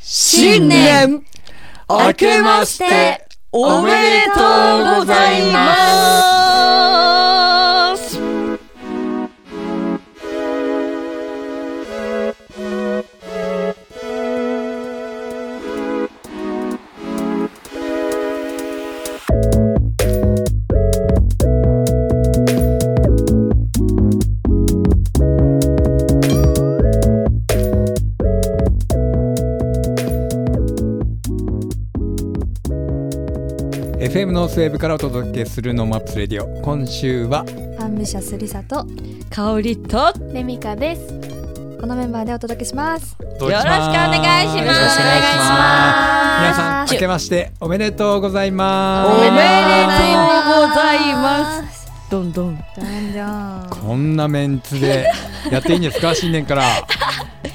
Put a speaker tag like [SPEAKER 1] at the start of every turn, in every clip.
[SPEAKER 1] 新年
[SPEAKER 2] 明けましておめでとうございます
[SPEAKER 3] えー FM ノースウェーブからお届けするノーマップスレディオ今週は
[SPEAKER 1] ファンムシャスリサと
[SPEAKER 2] 香りとよろしく
[SPEAKER 4] レミカです。
[SPEAKER 1] このメンバーでお届けします
[SPEAKER 2] お願いします
[SPEAKER 3] よろしくお願いします皆さん明けましておめでとうございます
[SPEAKER 2] おめでとうござ
[SPEAKER 1] い
[SPEAKER 2] い
[SPEAKER 1] ま
[SPEAKER 2] ますどんどん
[SPEAKER 1] じゃんじゃん
[SPEAKER 3] こんなメンツでやっていいんです か新年から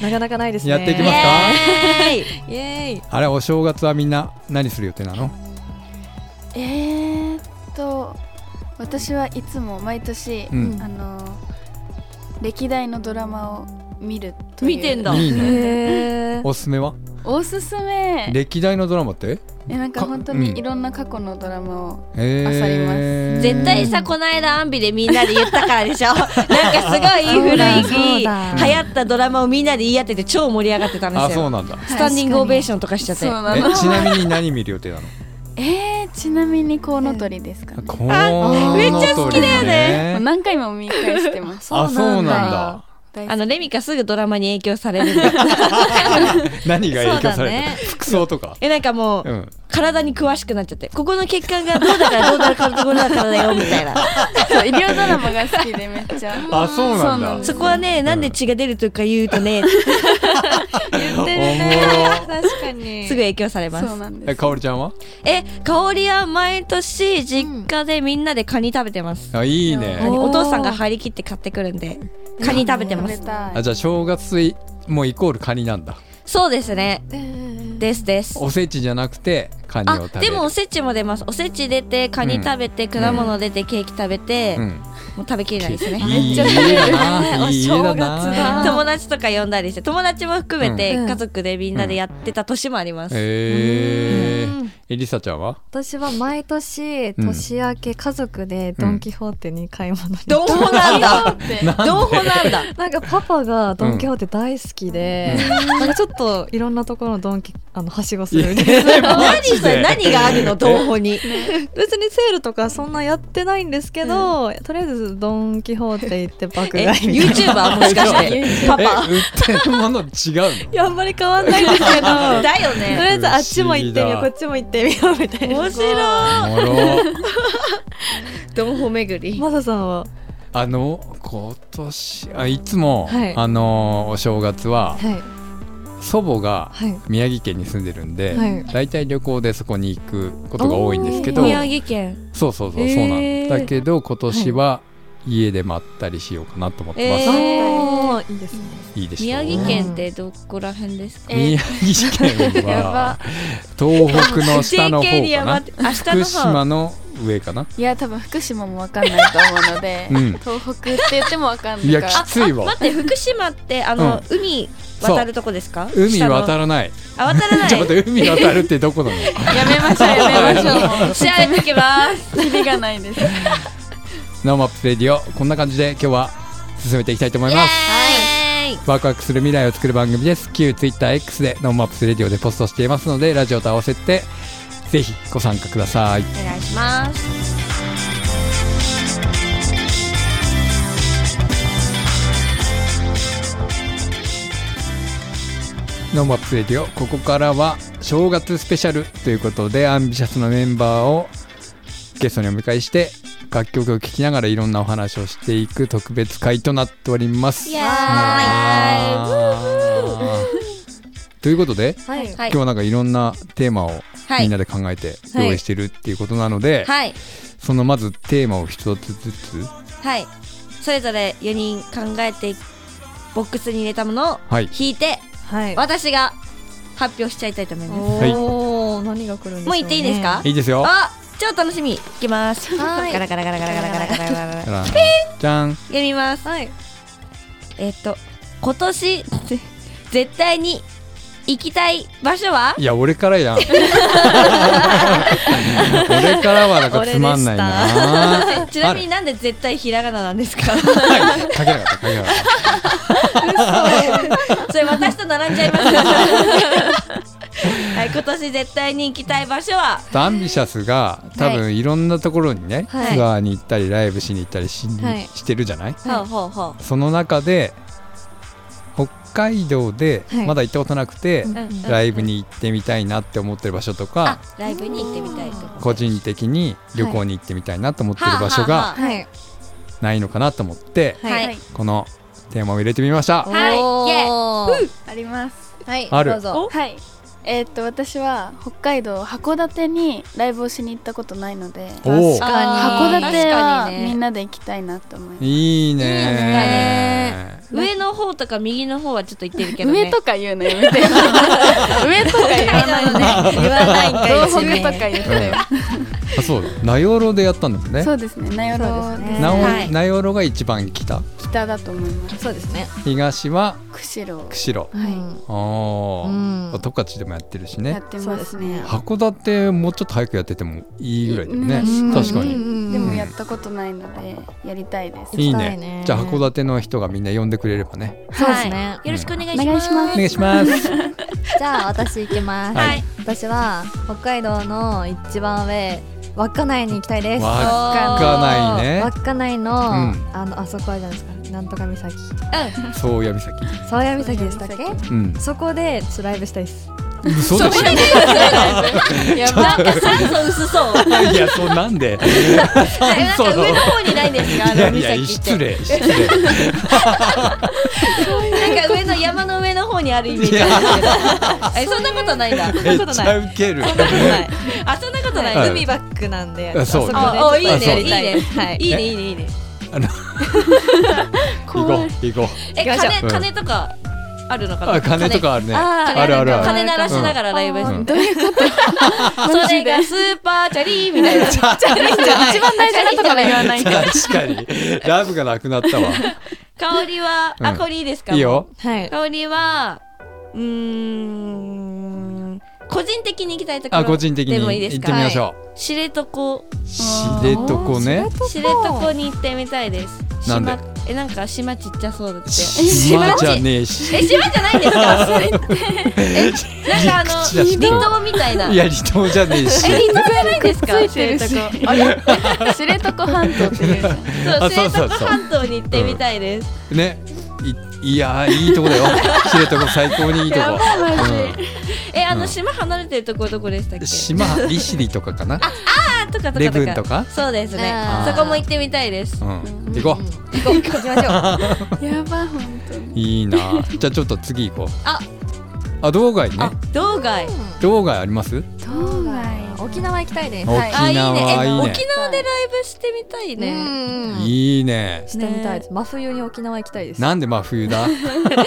[SPEAKER 1] なかなかないですね
[SPEAKER 3] やっていきますか
[SPEAKER 1] イエーイ
[SPEAKER 3] あれお正月はみんな何する予定なの
[SPEAKER 4] えー、っと私はいつも毎年、
[SPEAKER 3] うん
[SPEAKER 4] あの歴代のドラマを見るという
[SPEAKER 2] 見てんだ
[SPEAKER 3] いいね
[SPEAKER 1] へー
[SPEAKER 3] おすすめは
[SPEAKER 4] おすすめ
[SPEAKER 3] 歴代のドラマって
[SPEAKER 4] えなんか
[SPEAKER 3] か
[SPEAKER 4] 本当
[SPEAKER 3] うん
[SPEAKER 4] にいろんな過去のドラマを、
[SPEAKER 3] え
[SPEAKER 4] あさります
[SPEAKER 3] ー
[SPEAKER 2] 絶対さこの間アンビでみんなで言ったか らでしょなんかすごい古い
[SPEAKER 1] そう
[SPEAKER 2] 流
[SPEAKER 1] だ
[SPEAKER 2] 行ったドラマをみんなで言い合ってて超盛り上がってたん
[SPEAKER 3] あ
[SPEAKER 2] です
[SPEAKER 3] そう
[SPEAKER 2] よ
[SPEAKER 3] なんだ
[SPEAKER 2] スタンディングオベーションとかしちゃって
[SPEAKER 4] そうな
[SPEAKER 3] え
[SPEAKER 4] の
[SPEAKER 3] ちなみに何見る予定なの
[SPEAKER 4] えー、ちなみにコウノトリですかね
[SPEAKER 3] この
[SPEAKER 2] めっちゃ好きだよ
[SPEAKER 4] もう
[SPEAKER 2] ね
[SPEAKER 4] 何回も見返して ます
[SPEAKER 3] あそうなんだ
[SPEAKER 4] 大好
[SPEAKER 2] あ
[SPEAKER 4] き
[SPEAKER 2] のレミカすぐドラマに影響され るんだ
[SPEAKER 3] 何が影響され
[SPEAKER 2] そうだね
[SPEAKER 3] た服装とか
[SPEAKER 2] えなんかもう、
[SPEAKER 3] うん
[SPEAKER 2] 体に詳しくなっちゃってここの血管がどうだからどうだからこうだからだよみたいな
[SPEAKER 4] そう医療ドラマが好きでめっちゃ
[SPEAKER 3] あそうなんだ
[SPEAKER 4] です
[SPEAKER 2] そこはねなんで血が出るとか言うとね、
[SPEAKER 4] 言ってる
[SPEAKER 3] おも
[SPEAKER 4] 確かに
[SPEAKER 2] すぐ影響されま
[SPEAKER 4] そう
[SPEAKER 2] す
[SPEAKER 4] なんで
[SPEAKER 3] え
[SPEAKER 4] す
[SPEAKER 3] かおりちゃんは
[SPEAKER 2] え香りは毎年実家でみんなでカニ食べてます、
[SPEAKER 3] あいいね
[SPEAKER 1] おー
[SPEAKER 2] お父さんが張り切って買ってくるんでカニ食べてま
[SPEAKER 4] 食べ
[SPEAKER 2] す
[SPEAKER 4] たい
[SPEAKER 3] あじゃあ正月いもうイコールカニなんだ
[SPEAKER 2] そうですね
[SPEAKER 1] うん
[SPEAKER 2] ですです
[SPEAKER 3] おせちじゃなくてカニを
[SPEAKER 2] あ
[SPEAKER 3] 食べる
[SPEAKER 2] でもおせちも出ますおせち出てカニ食べて、果物出てケーキ食べて、
[SPEAKER 3] うん
[SPEAKER 2] もう食べきれないですね
[SPEAKER 3] いい家だないい家だな
[SPEAKER 2] 友達とか呼んだりして友達も含めて
[SPEAKER 1] うん
[SPEAKER 2] 家族でみんなでやってた年もあります、
[SPEAKER 3] えーえりさちゃんは
[SPEAKER 1] 私は毎
[SPEAKER 3] う
[SPEAKER 1] 年
[SPEAKER 3] ん
[SPEAKER 1] 年明け家族でドン・キホーテに買い物に、
[SPEAKER 2] どうなんだ
[SPEAKER 4] って
[SPEAKER 2] どうなんだ
[SPEAKER 1] なんかパパがドン・キホーテ大好きで、なんかちょっといろんなところのドンキあのはしごするみたい
[SPEAKER 3] マ
[SPEAKER 1] な
[SPEAKER 2] 何それ何があるの同歩に
[SPEAKER 1] 別にセールとかそんなやってないんですけど、とりあえずドン・キホーテ行って爆
[SPEAKER 2] え
[SPEAKER 1] 買いみたい
[SPEAKER 2] YouTuber もしかしてパ
[SPEAKER 3] え
[SPEAKER 2] パ
[SPEAKER 3] 売ってるもの違うの
[SPEAKER 1] なあんまり変わんないんですけど と
[SPEAKER 2] だよ
[SPEAKER 1] り
[SPEAKER 2] ね
[SPEAKER 1] あえずあっちも行ってみ
[SPEAKER 3] 不
[SPEAKER 1] よう
[SPEAKER 3] 思議だ
[SPEAKER 1] こっちも行ってみようみたいな
[SPEAKER 2] 面白い
[SPEAKER 3] おもろ
[SPEAKER 2] ドンホ巡り
[SPEAKER 1] マサさんは
[SPEAKER 3] あの今年あいつも、
[SPEAKER 1] はい
[SPEAKER 3] あのお正月は
[SPEAKER 1] はい
[SPEAKER 3] 祖母が
[SPEAKER 1] はい
[SPEAKER 3] 宮城県に住んでるんで、
[SPEAKER 1] はい
[SPEAKER 3] 大体旅行でそこに行くことが多いんですけど
[SPEAKER 2] 宮城県
[SPEAKER 3] そうそうそう、
[SPEAKER 2] えー
[SPEAKER 3] そうなんだけど今年は家でまったりしようかなと思ってます、
[SPEAKER 2] え
[SPEAKER 1] いいですね
[SPEAKER 3] いいでしょう
[SPEAKER 2] 宮城県ってどこら辺ですか
[SPEAKER 4] えー
[SPEAKER 3] 宮城 県
[SPEAKER 4] や
[SPEAKER 3] は
[SPEAKER 4] ば
[SPEAKER 3] 東北の下の
[SPEAKER 2] JK に
[SPEAKER 3] 方か
[SPEAKER 2] 山
[SPEAKER 3] な
[SPEAKER 2] ってあ下
[SPEAKER 3] 福
[SPEAKER 2] の方
[SPEAKER 3] 島の上かない
[SPEAKER 4] や多分福島もわかんないと思うので、
[SPEAKER 3] うん
[SPEAKER 4] 東北って言ってもわかんない
[SPEAKER 3] い
[SPEAKER 4] か
[SPEAKER 3] や
[SPEAKER 4] ら
[SPEAKER 3] きついわ
[SPEAKER 2] 待って福島ってあの、海渡るとこですか
[SPEAKER 3] 海渡
[SPEAKER 2] る
[SPEAKER 3] らない
[SPEAKER 2] あ渡らな い
[SPEAKER 3] ちょっと待って海渡るってどこな の
[SPEAKER 4] やめ ましょうやめ ま
[SPEAKER 2] 調
[SPEAKER 4] し
[SPEAKER 2] べてきます
[SPEAKER 4] ょうキリがないです
[SPEAKER 3] ノーマップレディオこんな感じで今日は進めていきたいと思います
[SPEAKER 2] はい
[SPEAKER 3] ワクワクする未来を作る番組です旧 TwitterX でノーマップスレディオでポストしていますのでラジオと合わせてぜひご参加ください
[SPEAKER 2] お願いします
[SPEAKER 3] ノーマップスレディオここからは正月スペシャルということでアンビシャスのメンバーをゲストにお迎えして楽曲を聴きながらいろんなお話をしていく特別会となっております
[SPEAKER 2] イエーイ
[SPEAKER 3] はいということで
[SPEAKER 1] はい
[SPEAKER 2] は
[SPEAKER 3] 今
[SPEAKER 2] い
[SPEAKER 3] 日はなんかいろんなテーマを
[SPEAKER 2] はい
[SPEAKER 3] みんなで考えて用意してるっていうことなので、
[SPEAKER 2] はい
[SPEAKER 3] そのまずテーマを一つずつ
[SPEAKER 2] はいそれぞれ4人考えてボックスに入れたものを
[SPEAKER 3] はい
[SPEAKER 2] 引いて
[SPEAKER 1] はい
[SPEAKER 2] 私が発表しちゃいたいと思います
[SPEAKER 3] はい
[SPEAKER 1] おー何が来るんでしょうね
[SPEAKER 2] もう行っていいですか
[SPEAKER 3] いいですよ
[SPEAKER 2] あ超楽しみいきます
[SPEAKER 1] はい
[SPEAKER 2] ガラガラガラガラガラガラガラガラガラ
[SPEAKER 3] じゃん
[SPEAKER 2] 読みます
[SPEAKER 1] はい
[SPEAKER 2] えっと今年絶対に行きたい場所はい
[SPEAKER 3] や俺からやん俺からはなんかつまんないな
[SPEAKER 2] えちなみに
[SPEAKER 3] に
[SPEAKER 2] なんで絶対ひらがなな んですか
[SPEAKER 3] 書けなかった書けなかっ
[SPEAKER 2] それ私と並んじゃい ますよはい今年絶対に行きたい場所は
[SPEAKER 3] たアンビシャスが多分いろんなところにね、
[SPEAKER 1] はい
[SPEAKER 3] ツアーに行ったりライブしに行ったりし,、
[SPEAKER 1] はい
[SPEAKER 3] してるじゃない
[SPEAKER 1] はい
[SPEAKER 2] ほうほうほ
[SPEAKER 3] その中で北海道で
[SPEAKER 1] はい
[SPEAKER 3] まだ行ったことなくて、
[SPEAKER 2] う、うん
[SPEAKER 3] ライブに行ってみたいなって思ってる場所とか
[SPEAKER 2] あ、ライブに行ってみたいとこ
[SPEAKER 3] 個人的に旅行に行ってみたいなと思ってる場所が
[SPEAKER 1] はい
[SPEAKER 3] ないのかなと思って、
[SPEAKER 2] は
[SPEAKER 4] はいい、
[SPEAKER 3] このテーマを入れてみました。
[SPEAKER 2] はい
[SPEAKER 1] おー
[SPEAKER 2] イエ
[SPEAKER 4] あります
[SPEAKER 1] はい
[SPEAKER 3] ある
[SPEAKER 1] どうぞ
[SPEAKER 4] はいえーっと私は北海道函館にライブをしに行ったことないので
[SPEAKER 3] おお
[SPEAKER 1] 確かに
[SPEAKER 4] 函館は
[SPEAKER 2] 確かにね
[SPEAKER 4] みんなで行きたいなと思います
[SPEAKER 3] いい
[SPEAKER 2] いい
[SPEAKER 3] ね
[SPEAKER 2] ね上の方とか右の方はちょっと行ってるけどね
[SPEAKER 4] 上とか言うのやめて上とか言わない
[SPEAKER 2] 言わないんかい
[SPEAKER 4] 道北とか言ってよ
[SPEAKER 3] あそうだ名寄でやったんだもんね
[SPEAKER 4] そうですね名寄ですね
[SPEAKER 3] 名
[SPEAKER 1] そ
[SPEAKER 3] 寄
[SPEAKER 1] う
[SPEAKER 2] はい
[SPEAKER 3] 名寄が一番北
[SPEAKER 4] 北だと思います
[SPEAKER 1] そうですね
[SPEAKER 3] 東は
[SPEAKER 4] 釧路
[SPEAKER 3] 釧路
[SPEAKER 1] は
[SPEAKER 4] はい
[SPEAKER 1] い
[SPEAKER 3] あ
[SPEAKER 1] うん
[SPEAKER 3] あ十勝でもやってるし
[SPEAKER 4] や
[SPEAKER 3] ね
[SPEAKER 4] ってますね
[SPEAKER 1] そう
[SPEAKER 3] 函館もうちょっと早くやっててもいいぐらいだよね
[SPEAKER 4] うん
[SPEAKER 3] 確かに
[SPEAKER 1] に
[SPEAKER 4] でもやったことないのでやりたいです
[SPEAKER 1] ん
[SPEAKER 3] いい
[SPEAKER 1] 行きたいね
[SPEAKER 3] ねじゃあ函館の人がみんな呼んでくれればね
[SPEAKER 1] そうですね
[SPEAKER 2] よろしくお願い
[SPEAKER 4] お願いしま
[SPEAKER 3] お願いします
[SPEAKER 5] じゃあ私行きます、
[SPEAKER 3] はい
[SPEAKER 2] はい
[SPEAKER 5] 私は北海道の一番上稚内に行きたいです
[SPEAKER 3] 稚内ね
[SPEAKER 5] 稚内の、
[SPEAKER 3] ん
[SPEAKER 5] あのあそこあるじゃないですかなんとか岬
[SPEAKER 3] 宗谷岬
[SPEAKER 5] 宗谷岬でしたっけ
[SPEAKER 3] うん
[SPEAKER 5] そこでちょっとライブしたいです
[SPEAKER 3] 嘘でしょ
[SPEAKER 2] なんか酸素薄そう
[SPEAKER 3] いやそうなんで
[SPEAKER 2] えなん
[SPEAKER 3] 酸素
[SPEAKER 2] か
[SPEAKER 3] の
[SPEAKER 2] 上の方にないんですかあ
[SPEAKER 3] いや
[SPEAKER 2] の
[SPEAKER 3] いや
[SPEAKER 2] 岬
[SPEAKER 3] 失
[SPEAKER 2] って
[SPEAKER 3] 礼失礼
[SPEAKER 2] なんか上の山の上の方にあるイメージあるんですけどえそんなことないんだそんな
[SPEAKER 3] めっ
[SPEAKER 2] こと
[SPEAKER 3] ち
[SPEAKER 2] ない
[SPEAKER 3] ゃウケる
[SPEAKER 2] あそんなことない
[SPEAKER 3] はい
[SPEAKER 1] 海バックなんで
[SPEAKER 3] あそう
[SPEAKER 1] あこで
[SPEAKER 2] あおいい
[SPEAKER 1] ちょ
[SPEAKER 2] ね
[SPEAKER 1] っとやり
[SPEAKER 2] いい
[SPEAKER 1] た
[SPEAKER 2] ね
[SPEAKER 1] はい
[SPEAKER 2] いいねいいねいいね
[SPEAKER 3] 行こう行こう
[SPEAKER 2] え
[SPEAKER 1] 行きまし
[SPEAKER 2] 金
[SPEAKER 3] ょう
[SPEAKER 2] 金とかあるのかな
[SPEAKER 3] あ金とかあるね
[SPEAKER 2] あー
[SPEAKER 3] あるあるある
[SPEAKER 2] 金鳴らしながらライブ
[SPEAKER 3] う
[SPEAKER 2] し
[SPEAKER 3] ん
[SPEAKER 2] てそれがスーパーチャリー みたいな
[SPEAKER 3] じゃあ
[SPEAKER 4] 一番大事なところ言わないと
[SPEAKER 3] 確かにラブがなくなったわ
[SPEAKER 2] 香りは
[SPEAKER 3] う
[SPEAKER 2] あ
[SPEAKER 3] ん
[SPEAKER 2] これいいですか
[SPEAKER 3] いいよ
[SPEAKER 1] はい
[SPEAKER 2] 香りはうーん個人的に行きたいところ
[SPEAKER 3] あ個人的に
[SPEAKER 2] でもいいで
[SPEAKER 3] 行
[SPEAKER 2] す
[SPEAKER 3] っ
[SPEAKER 2] か
[SPEAKER 3] てみましょ
[SPEAKER 2] 知床
[SPEAKER 3] う知床ね
[SPEAKER 2] 知床に行ってみたいです
[SPEAKER 3] なんで
[SPEAKER 2] 島えなんか島ちっちゃそうだって
[SPEAKER 3] 島じゃねえし
[SPEAKER 2] え島じゃないんです かそれってえなんかあ
[SPEAKER 3] 陸地
[SPEAKER 2] の
[SPEAKER 3] だし
[SPEAKER 2] 離島みたいない
[SPEAKER 3] や離島じゃねえし
[SPEAKER 2] え離島じゃないんですか
[SPEAKER 4] ついてるしあれ知床半島って言うじゃん
[SPEAKER 2] そう
[SPEAKER 3] あ
[SPEAKER 2] 知
[SPEAKER 3] そうそうそう
[SPEAKER 2] 床半島に行ってみたいです、
[SPEAKER 3] ねいいやーいいとこだよ知床最高にいいとこ
[SPEAKER 2] えあの、
[SPEAKER 3] うん
[SPEAKER 2] 島離れてるとこどこでした
[SPEAKER 3] う
[SPEAKER 2] っけ
[SPEAKER 3] ん島利尻とかかな
[SPEAKER 2] あとかとかとか
[SPEAKER 3] 礼文とか
[SPEAKER 2] そうですね
[SPEAKER 5] あ
[SPEAKER 3] ー
[SPEAKER 2] そこも行ってみたいです
[SPEAKER 3] うん行こ
[SPEAKER 1] 行こう行きましょう
[SPEAKER 4] やば本当に
[SPEAKER 3] ういいなじゃあちょっと次行こう
[SPEAKER 2] あ
[SPEAKER 3] あ道外ね
[SPEAKER 2] あ道外
[SPEAKER 3] 道外あります
[SPEAKER 4] 島外
[SPEAKER 1] 沖縄行きたいです
[SPEAKER 3] 沖
[SPEAKER 2] あいい
[SPEAKER 3] 縄い
[SPEAKER 2] ねえ
[SPEAKER 3] いね
[SPEAKER 2] 沖縄でライブしてみたい
[SPEAKER 1] ね
[SPEAKER 2] ね、
[SPEAKER 3] いいね
[SPEAKER 1] してみたいです真冬に沖縄行きたいですちょ
[SPEAKER 3] なんで真冬だ
[SPEAKER 1] っと寒い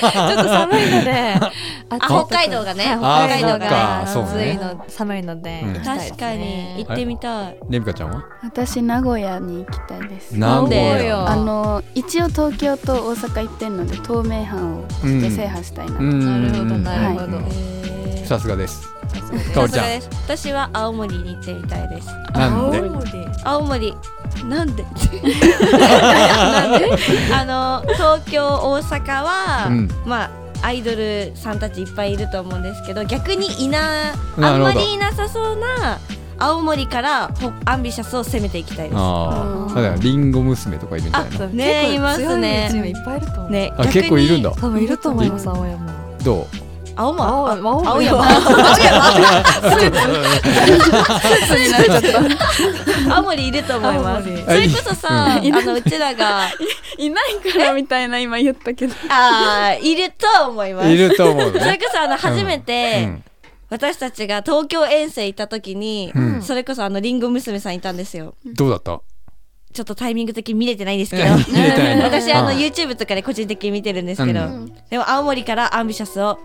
[SPEAKER 1] のであ
[SPEAKER 2] あ北海道がね
[SPEAKER 3] あ
[SPEAKER 2] 北海
[SPEAKER 3] そ
[SPEAKER 2] 道
[SPEAKER 3] っ
[SPEAKER 2] が
[SPEAKER 3] か
[SPEAKER 2] ね
[SPEAKER 3] そう
[SPEAKER 1] 暑い
[SPEAKER 3] ね
[SPEAKER 1] の寒いので
[SPEAKER 3] うん
[SPEAKER 1] 行きたいですね
[SPEAKER 2] 確かに行ってみたい
[SPEAKER 3] ねみかちゃんは
[SPEAKER 4] 私名古屋に行きたいです
[SPEAKER 3] なんで
[SPEAKER 1] なんでよ
[SPEAKER 4] あの一応東京と大阪行ってるので東名阪をちょっと制覇したいな、
[SPEAKER 1] なるほどな
[SPEAKER 4] るほ
[SPEAKER 1] ど
[SPEAKER 3] うん
[SPEAKER 2] えー
[SPEAKER 3] さすがですかお
[SPEAKER 2] さ
[SPEAKER 3] り
[SPEAKER 2] す
[SPEAKER 3] ちゃ
[SPEAKER 2] が
[SPEAKER 3] ん
[SPEAKER 2] です私は青森に行ってみたいです
[SPEAKER 3] なんで
[SPEAKER 2] 青森なんでなん であの東京大阪は、
[SPEAKER 3] うん
[SPEAKER 2] まあアイドルさんたちいっぱいいると思うんですけど逆にいな
[SPEAKER 3] な
[SPEAKER 2] あん
[SPEAKER 3] るほど
[SPEAKER 2] まりいなさそうな青森からほアンビシャスを攻めていきたいです
[SPEAKER 3] あ
[SPEAKER 4] う
[SPEAKER 3] あだ
[SPEAKER 4] ん
[SPEAKER 3] からリンゴ娘とかいるみたいな
[SPEAKER 1] そう
[SPEAKER 2] ね
[SPEAKER 1] 結構
[SPEAKER 2] いますね
[SPEAKER 1] 強いチームいっぱいいると思う
[SPEAKER 2] ね
[SPEAKER 3] あ結構いるんだ
[SPEAKER 1] 多分いると思います青山
[SPEAKER 3] どう
[SPEAKER 2] 青森
[SPEAKER 1] 青山
[SPEAKER 2] 青山
[SPEAKER 4] になっちゃった
[SPEAKER 2] 青森いると思います
[SPEAKER 1] 青森
[SPEAKER 2] それこそさ、
[SPEAKER 4] うん
[SPEAKER 2] あのうちらが
[SPEAKER 4] いないからみたいな今言ったけど
[SPEAKER 2] あーいると思います
[SPEAKER 3] いると思う
[SPEAKER 2] それ
[SPEAKER 3] ね
[SPEAKER 2] こそあの初めて、
[SPEAKER 3] うん
[SPEAKER 2] 私たちが東京遠征行った時に、
[SPEAKER 3] うん
[SPEAKER 2] それこそあのリンゴ娘さんいたんですよ
[SPEAKER 3] どうだった
[SPEAKER 2] ちょっとタイミング的に見れてないんですけど
[SPEAKER 3] 見れたいな
[SPEAKER 2] 私あの
[SPEAKER 3] うん
[SPEAKER 2] YouTube とかで個人的に見てるんですけど、
[SPEAKER 3] うん
[SPEAKER 2] でも青森からアンビシャスを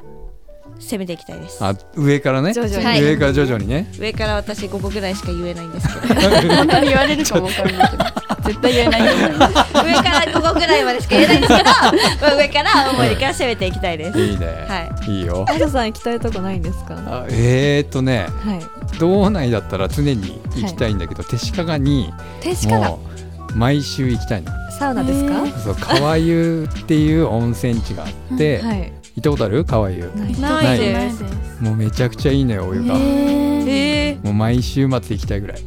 [SPEAKER 2] 攻めていきたいです
[SPEAKER 3] あ上からね
[SPEAKER 1] 徐々に
[SPEAKER 2] はい
[SPEAKER 3] 上から徐々にね
[SPEAKER 2] 上から私5個ぐらいしか言えないんですけど
[SPEAKER 4] 本当に言われるかもわからないけど
[SPEAKER 2] 絶対言えないと思います上からここぐらいまでしか言えないんですけど、まあ、上から青森から攻めていきたいです
[SPEAKER 3] いいね、い、いよ
[SPEAKER 1] あささん行きたいとこないんですかは
[SPEAKER 3] あえー、っとね
[SPEAKER 1] い
[SPEAKER 3] 道内だったら常に行きたいんだけど、手鹿に
[SPEAKER 5] 手しから
[SPEAKER 3] もう毎週行きたいの
[SPEAKER 5] サウナですか、
[SPEAKER 3] そう川湯っていう温泉地があって、
[SPEAKER 1] はい
[SPEAKER 3] 行ったことある川湯
[SPEAKER 1] ない
[SPEAKER 2] ない
[SPEAKER 4] な
[SPEAKER 2] で
[SPEAKER 4] い
[SPEAKER 2] す
[SPEAKER 4] です
[SPEAKER 3] もうめちゃくちゃいいのよお湯が、
[SPEAKER 2] え
[SPEAKER 3] もう毎週末行きたいぐらいいい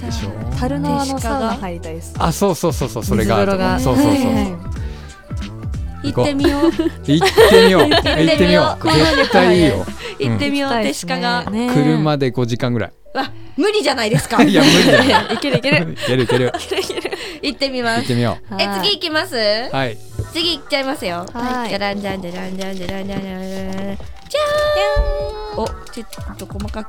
[SPEAKER 3] でしょ
[SPEAKER 1] 樽のあの
[SPEAKER 2] 手鹿が
[SPEAKER 1] サウナ入りたいです
[SPEAKER 3] あそうそうそうそうそれがあると
[SPEAKER 1] 水風呂が
[SPEAKER 3] そうそうそうそう、
[SPEAKER 1] はいはい
[SPEAKER 2] ー、行ってみよう
[SPEAKER 3] 行ってみよう行
[SPEAKER 2] みよ
[SPEAKER 3] っ
[SPEAKER 2] う
[SPEAKER 3] てみよう絶対いいようん
[SPEAKER 2] 行ってみよう
[SPEAKER 1] 行きたい
[SPEAKER 2] 手
[SPEAKER 1] ですね
[SPEAKER 2] 鹿が、
[SPEAKER 1] ね
[SPEAKER 3] 車で5時間ぐらい
[SPEAKER 2] わ無理じゃないですか
[SPEAKER 3] いや無理だよ
[SPEAKER 1] いけるいけ
[SPEAKER 3] い
[SPEAKER 1] る
[SPEAKER 3] けるいける
[SPEAKER 2] 行ってみま
[SPEAKER 3] 行っ
[SPEAKER 2] す
[SPEAKER 3] てみよ
[SPEAKER 2] え次行きます
[SPEAKER 3] うはい
[SPEAKER 2] 次行っちゃいますよ
[SPEAKER 5] はい
[SPEAKER 2] じゃらんじゃんじゃらんじゃんじゃらんじゃんじゃらんじゃらんじゃらんじゃーんおちょっと細かく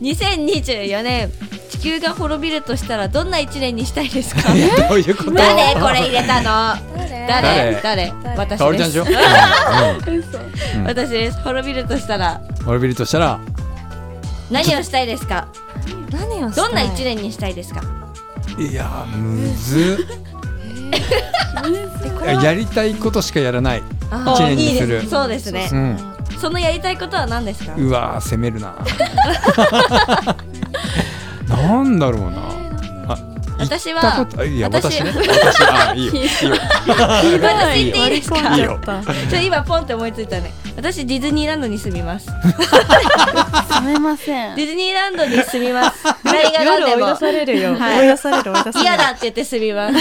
[SPEAKER 2] 2024年地球が滅びるとしたらどんな一年にしたいですか
[SPEAKER 3] どういうこと
[SPEAKER 2] 誰これ入れたの誰
[SPEAKER 3] 誰
[SPEAKER 2] 誰私
[SPEAKER 3] かおりちゃ
[SPEAKER 2] で
[SPEAKER 3] んでしょ、
[SPEAKER 2] す
[SPEAKER 3] うんうん
[SPEAKER 2] 私です滅びるとしたら
[SPEAKER 3] うん、俺ビルとしたら
[SPEAKER 2] 何をしたいですか
[SPEAKER 1] 何をしたい
[SPEAKER 2] どんな一年にしたいですか
[SPEAKER 3] いやーむずっいややりたいことしかやらない、
[SPEAKER 2] あ
[SPEAKER 3] 一
[SPEAKER 2] ー
[SPEAKER 3] 年に
[SPEAKER 2] いい
[SPEAKER 3] する
[SPEAKER 2] ですそうですね
[SPEAKER 3] うん、
[SPEAKER 2] そのやりたいことは何ですか
[SPEAKER 3] うわー攻めるな なんだろうなあ
[SPEAKER 2] 私は
[SPEAKER 3] 行ったことあいや
[SPEAKER 2] 私
[SPEAKER 3] 私ね私あいいよいいよ
[SPEAKER 2] 私言っていい
[SPEAKER 1] 割
[SPEAKER 2] で
[SPEAKER 1] り
[SPEAKER 2] す
[SPEAKER 1] 込
[SPEAKER 2] か
[SPEAKER 1] ん
[SPEAKER 3] いい
[SPEAKER 1] じ
[SPEAKER 3] よ
[SPEAKER 1] ゃった
[SPEAKER 2] ちょ今ポンって思いついたね私ディズニーランドに住 みます
[SPEAKER 4] 冷めません
[SPEAKER 2] ディズニーランドに住みます何が何
[SPEAKER 1] 夜追い
[SPEAKER 2] で
[SPEAKER 1] 出
[SPEAKER 2] も
[SPEAKER 1] されるよ、
[SPEAKER 2] はい
[SPEAKER 1] 追い出される追い出される
[SPEAKER 2] 嫌だって言って住みます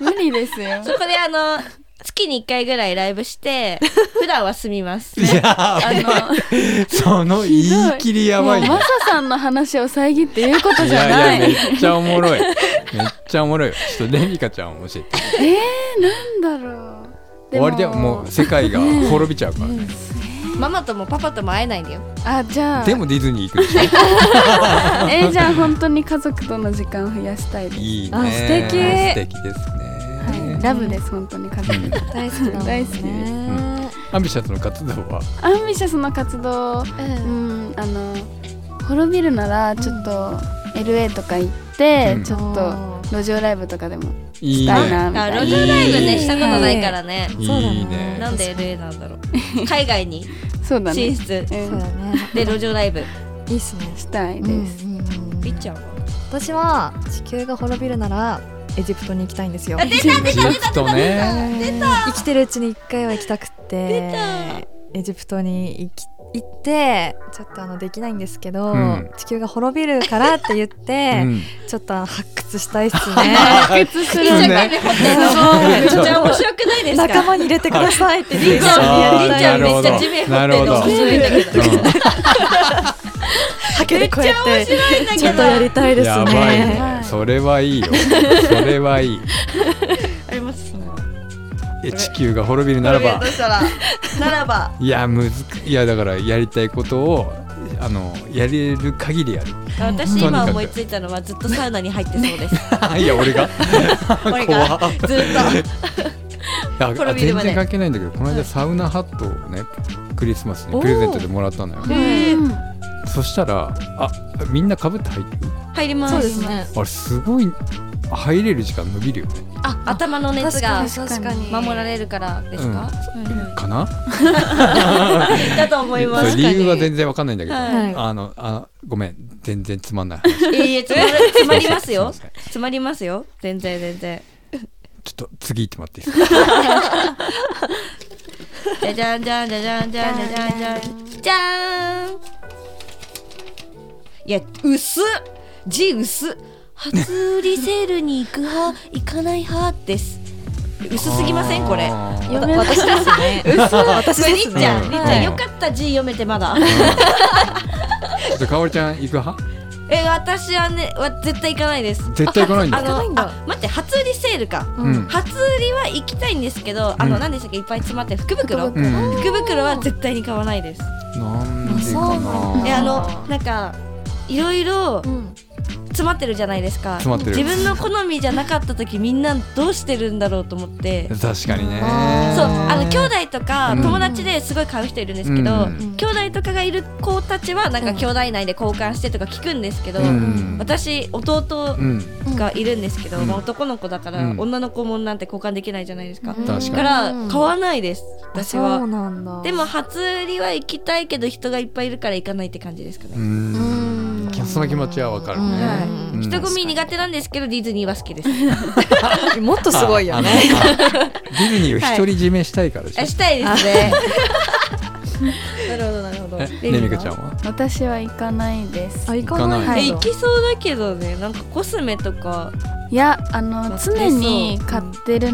[SPEAKER 4] 無理ですよ
[SPEAKER 2] そこであの月に1回ぐらいライブして 普段は住みます
[SPEAKER 3] いや
[SPEAKER 4] あの
[SPEAKER 3] その言い切りやばい
[SPEAKER 4] もう
[SPEAKER 3] よ
[SPEAKER 4] マサさんの話を遮って言うこと
[SPEAKER 3] い
[SPEAKER 4] じゃ
[SPEAKER 3] や
[SPEAKER 4] ない
[SPEAKER 3] いやめっちゃおもろいめっちゃおもろいよちょっとレミカちゃん教えて
[SPEAKER 4] なんだろう
[SPEAKER 3] 終わりだよもう世界が滅びちゃうからね
[SPEAKER 2] ママともパパとも会えないんだよ
[SPEAKER 4] あじゃあ
[SPEAKER 3] でもディズニー行くでしょ
[SPEAKER 4] えーじゃあ本当に家族との時間を増やしたいです、
[SPEAKER 3] いいね
[SPEAKER 1] あ素
[SPEAKER 3] 素敵です
[SPEAKER 4] は
[SPEAKER 3] ね
[SPEAKER 4] い、ラブです本当に家族、
[SPEAKER 3] うん
[SPEAKER 5] 大好きなの
[SPEAKER 4] 大好きです
[SPEAKER 3] アンビシャスの活動は
[SPEAKER 4] アンビシャスの活動うんあの滅びるならちょっと LA とか行って、
[SPEAKER 3] うん
[SPEAKER 4] ちょっと路上ライブとかでも
[SPEAKER 3] いい
[SPEAKER 4] したい
[SPEAKER 3] ね
[SPEAKER 4] なみたいな
[SPEAKER 2] あ路上ライブ
[SPEAKER 3] いい
[SPEAKER 2] ねしたことないからね
[SPEAKER 3] い
[SPEAKER 1] そうだね
[SPEAKER 3] い
[SPEAKER 2] な
[SPEAKER 3] ね
[SPEAKER 2] んで LA なんだろう海外に
[SPEAKER 4] そうだ
[SPEAKER 2] 進
[SPEAKER 4] ね、
[SPEAKER 2] 出
[SPEAKER 4] う
[SPEAKER 1] そうだ
[SPEAKER 4] ん、
[SPEAKER 1] ね
[SPEAKER 2] で路上ライブ
[SPEAKER 1] いいっすね
[SPEAKER 4] したいです、
[SPEAKER 1] うんうんうんうん
[SPEAKER 2] りっちゃんは
[SPEAKER 1] 私は地球が滅びるならエジプトに行きたいんですよ
[SPEAKER 3] エジプトね
[SPEAKER 1] 生きてるうちに一回は行きたくてエジプトに行き行ってちょっとあのできないんですけど、
[SPEAKER 3] うん
[SPEAKER 1] 地球が滅びるからって言
[SPEAKER 3] う
[SPEAKER 1] って、
[SPEAKER 3] ん
[SPEAKER 1] ちょっと発掘したい っすね
[SPEAKER 4] 決する
[SPEAKER 3] いい
[SPEAKER 2] 社
[SPEAKER 3] ね
[SPEAKER 2] 会で掘ってんのめっちゃ面白くないですか
[SPEAKER 1] 仲間に入れてくださいって言って
[SPEAKER 2] りっちゃん
[SPEAKER 3] あー
[SPEAKER 2] りっちゃんめっちゃ地面掘ってんの
[SPEAKER 3] なるほど
[SPEAKER 2] 面白いんだけど
[SPEAKER 1] ハケでこうやって
[SPEAKER 2] 白いんだけど
[SPEAKER 1] ちょっとやりたいです
[SPEAKER 3] やばい
[SPEAKER 1] ね
[SPEAKER 3] ねそれはいいよそれはいい
[SPEAKER 2] あります
[SPEAKER 3] え地球が滅びるならば
[SPEAKER 2] したらならば
[SPEAKER 3] いやむずくいやだからやりたいことをあのやれる限りやる
[SPEAKER 2] 私今思いついたのはずっとサウナに入ってそうです
[SPEAKER 3] いや俺が
[SPEAKER 2] 俺
[SPEAKER 3] 怖
[SPEAKER 2] が
[SPEAKER 3] っ
[SPEAKER 2] ずっと
[SPEAKER 3] いや
[SPEAKER 2] 滅び
[SPEAKER 3] 全
[SPEAKER 2] るまで
[SPEAKER 3] 然関係ないんだけどこの間サウナハットをねクリスマスにプレゼントでもらったのよ
[SPEAKER 4] うん
[SPEAKER 3] そしたらあみんなかぶって入ってる
[SPEAKER 2] 入ります
[SPEAKER 1] そうですね
[SPEAKER 3] あれすごい入れる時間伸びるよね
[SPEAKER 2] あ頭の
[SPEAKER 1] 確
[SPEAKER 2] 熱
[SPEAKER 1] か
[SPEAKER 2] が
[SPEAKER 1] に確かに
[SPEAKER 2] 守られるからですか、
[SPEAKER 3] かな
[SPEAKER 2] だと思いま
[SPEAKER 3] そ
[SPEAKER 2] す
[SPEAKER 3] れ理由は全然わかんないんだけど、
[SPEAKER 1] はい
[SPEAKER 3] あのあごめん全然つまんない
[SPEAKER 2] いえいえ詰まる詰まりますよ
[SPEAKER 3] すいま
[SPEAKER 2] 詰まりますよ全然全然
[SPEAKER 3] ちょっと次行ってもらっていいですか
[SPEAKER 2] じゃじゃんじゃんじゃじゃんじゃんじゃじゃんじゃんじゃーんいや薄っ字薄っ初売りセールに行く派行かない派です薄 すぎませんこれ
[SPEAKER 3] あー
[SPEAKER 1] わた私です ね私
[SPEAKER 2] これ
[SPEAKER 1] で
[SPEAKER 2] りっ
[SPEAKER 1] す
[SPEAKER 2] ちゃん、
[SPEAKER 1] ね
[SPEAKER 2] り
[SPEAKER 3] う
[SPEAKER 2] っ
[SPEAKER 3] ん
[SPEAKER 2] ちゃ
[SPEAKER 3] うんん
[SPEAKER 2] よかった字読めてまだ
[SPEAKER 3] ちょっとかおりちゃん行く派
[SPEAKER 2] え私はねは絶対行かないです
[SPEAKER 3] 絶対行かないんだ
[SPEAKER 2] ああの
[SPEAKER 1] 行かないんだ
[SPEAKER 2] あ待って初売りセールか、
[SPEAKER 3] うん
[SPEAKER 2] 初売りは行きたいんですけど、あ
[SPEAKER 3] う
[SPEAKER 2] の
[SPEAKER 3] ん
[SPEAKER 2] 何でしたっけいっぱい詰まってる福袋
[SPEAKER 3] う
[SPEAKER 2] 福
[SPEAKER 3] ん
[SPEAKER 2] 袋は絶対に買わないです
[SPEAKER 3] なんでか
[SPEAKER 1] あそうな
[SPEAKER 3] な
[SPEAKER 2] えあのなんかいろいろ
[SPEAKER 5] ん
[SPEAKER 2] 詰まってるじゃないですか
[SPEAKER 3] 詰まってる
[SPEAKER 2] 自分の好みじゃなかった時みんなどうしてるんだろうと思って
[SPEAKER 3] 確かにね
[SPEAKER 2] そうあの兄弟とか
[SPEAKER 3] うん
[SPEAKER 2] 友達ですごい買う人いるんですけど、
[SPEAKER 3] うん
[SPEAKER 2] 兄弟とかがいる子たちはなんか兄弟内で交換してとか聞くんですけど、
[SPEAKER 3] うん
[SPEAKER 2] 私弟
[SPEAKER 3] うん
[SPEAKER 2] がいるんですけど、
[SPEAKER 3] うん
[SPEAKER 2] まあ、男の子だから、
[SPEAKER 3] うん
[SPEAKER 2] 女の子もんなんて交換できないじゃないですか、
[SPEAKER 3] 確かに
[SPEAKER 2] だから買わないです私
[SPEAKER 1] そう
[SPEAKER 2] は
[SPEAKER 1] なんだ
[SPEAKER 2] でも初売りは行きたいけど人がいっぱいいるから行かないって感じですかね、
[SPEAKER 3] うんその気持ちはわかる
[SPEAKER 1] うん
[SPEAKER 3] ね
[SPEAKER 2] は
[SPEAKER 3] う
[SPEAKER 2] い、
[SPEAKER 3] ん
[SPEAKER 2] 人混み苦手なんですけどディズニーは好き です
[SPEAKER 1] もっとすごいよね
[SPEAKER 3] ああのあディズニーを独り占めしたいから でしょ
[SPEAKER 2] あしたいですね
[SPEAKER 5] なるほどなるほど
[SPEAKER 3] えねみかちゃんは
[SPEAKER 4] 私は行かないで す
[SPEAKER 1] あ行かない
[SPEAKER 4] は
[SPEAKER 2] え
[SPEAKER 4] い
[SPEAKER 2] 行きそうだけどねなんかコスメとか
[SPEAKER 4] いやあの
[SPEAKER 2] 買ってそう
[SPEAKER 4] 常に買ってる